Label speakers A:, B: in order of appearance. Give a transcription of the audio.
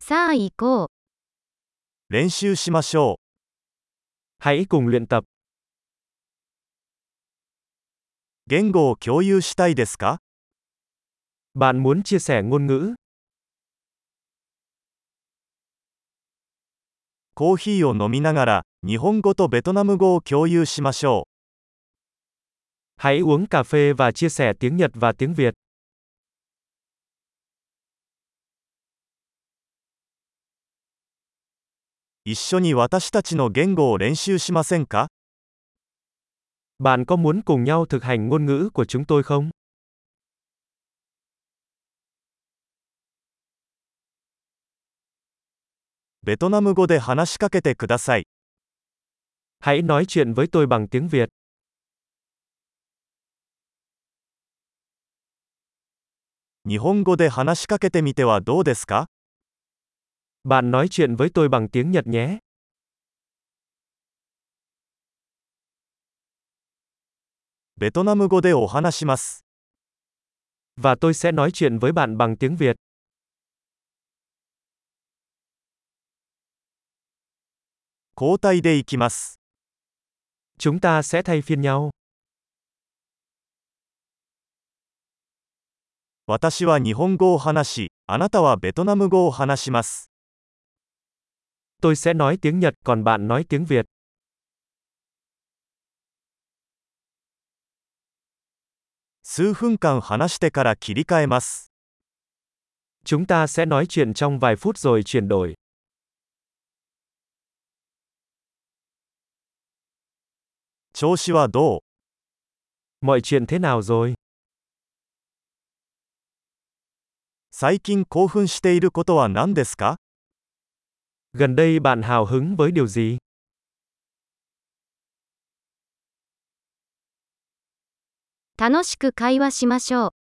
A: さあ行こう。
B: 練習しましょう。
C: Hãy cùng luyện tập.
B: 言語を共有したいですか
C: Bạn muốn chia sẻ ngôn ngữ,
B: コーヒーを飲みながら、日本語とベトナム語を共有しましょ
C: hãy uống cà phê và chia sẻ tiếng Nhật và tiếng Việt.
B: う。一緒に私たちの言語を練習しませんか
C: Bạn có muốn cùng nhau thực hành ngôn ngữ của chúng tôi không?
B: ベトナム語で話しかけてください。
C: Hãy nói chuyện với tôi bằng tiếng Việt.
B: 日本語で話しかけてみてはどうですか
C: Bạn nói chuyện với tôi bằng tiếng Nhật nhé.
B: ベトナム語でお話します。
C: Và tôi sẽ nói chuyện với bạn bằng tiếng Việt.
B: 交代でいきます。
C: Chúng ta sẽ thay phiên nhau.
B: 私は日本語を話し、あなたはベトナム語を話します。
C: Tôi sẽ nói tiếng Nhật còn bạn nói tiếng Việt.
B: 数分間話してから切り替えます。
C: Chúng ta sẽ nói chuyện trong vài phút rồi chuyển đổi.
B: 調子はどう
C: Mọi chuyện thế nào rồi?
B: 最近興奮していることは何ですか
C: Gần đây bạn hào hứng với điều gì?
A: 楽しく会話しましょう。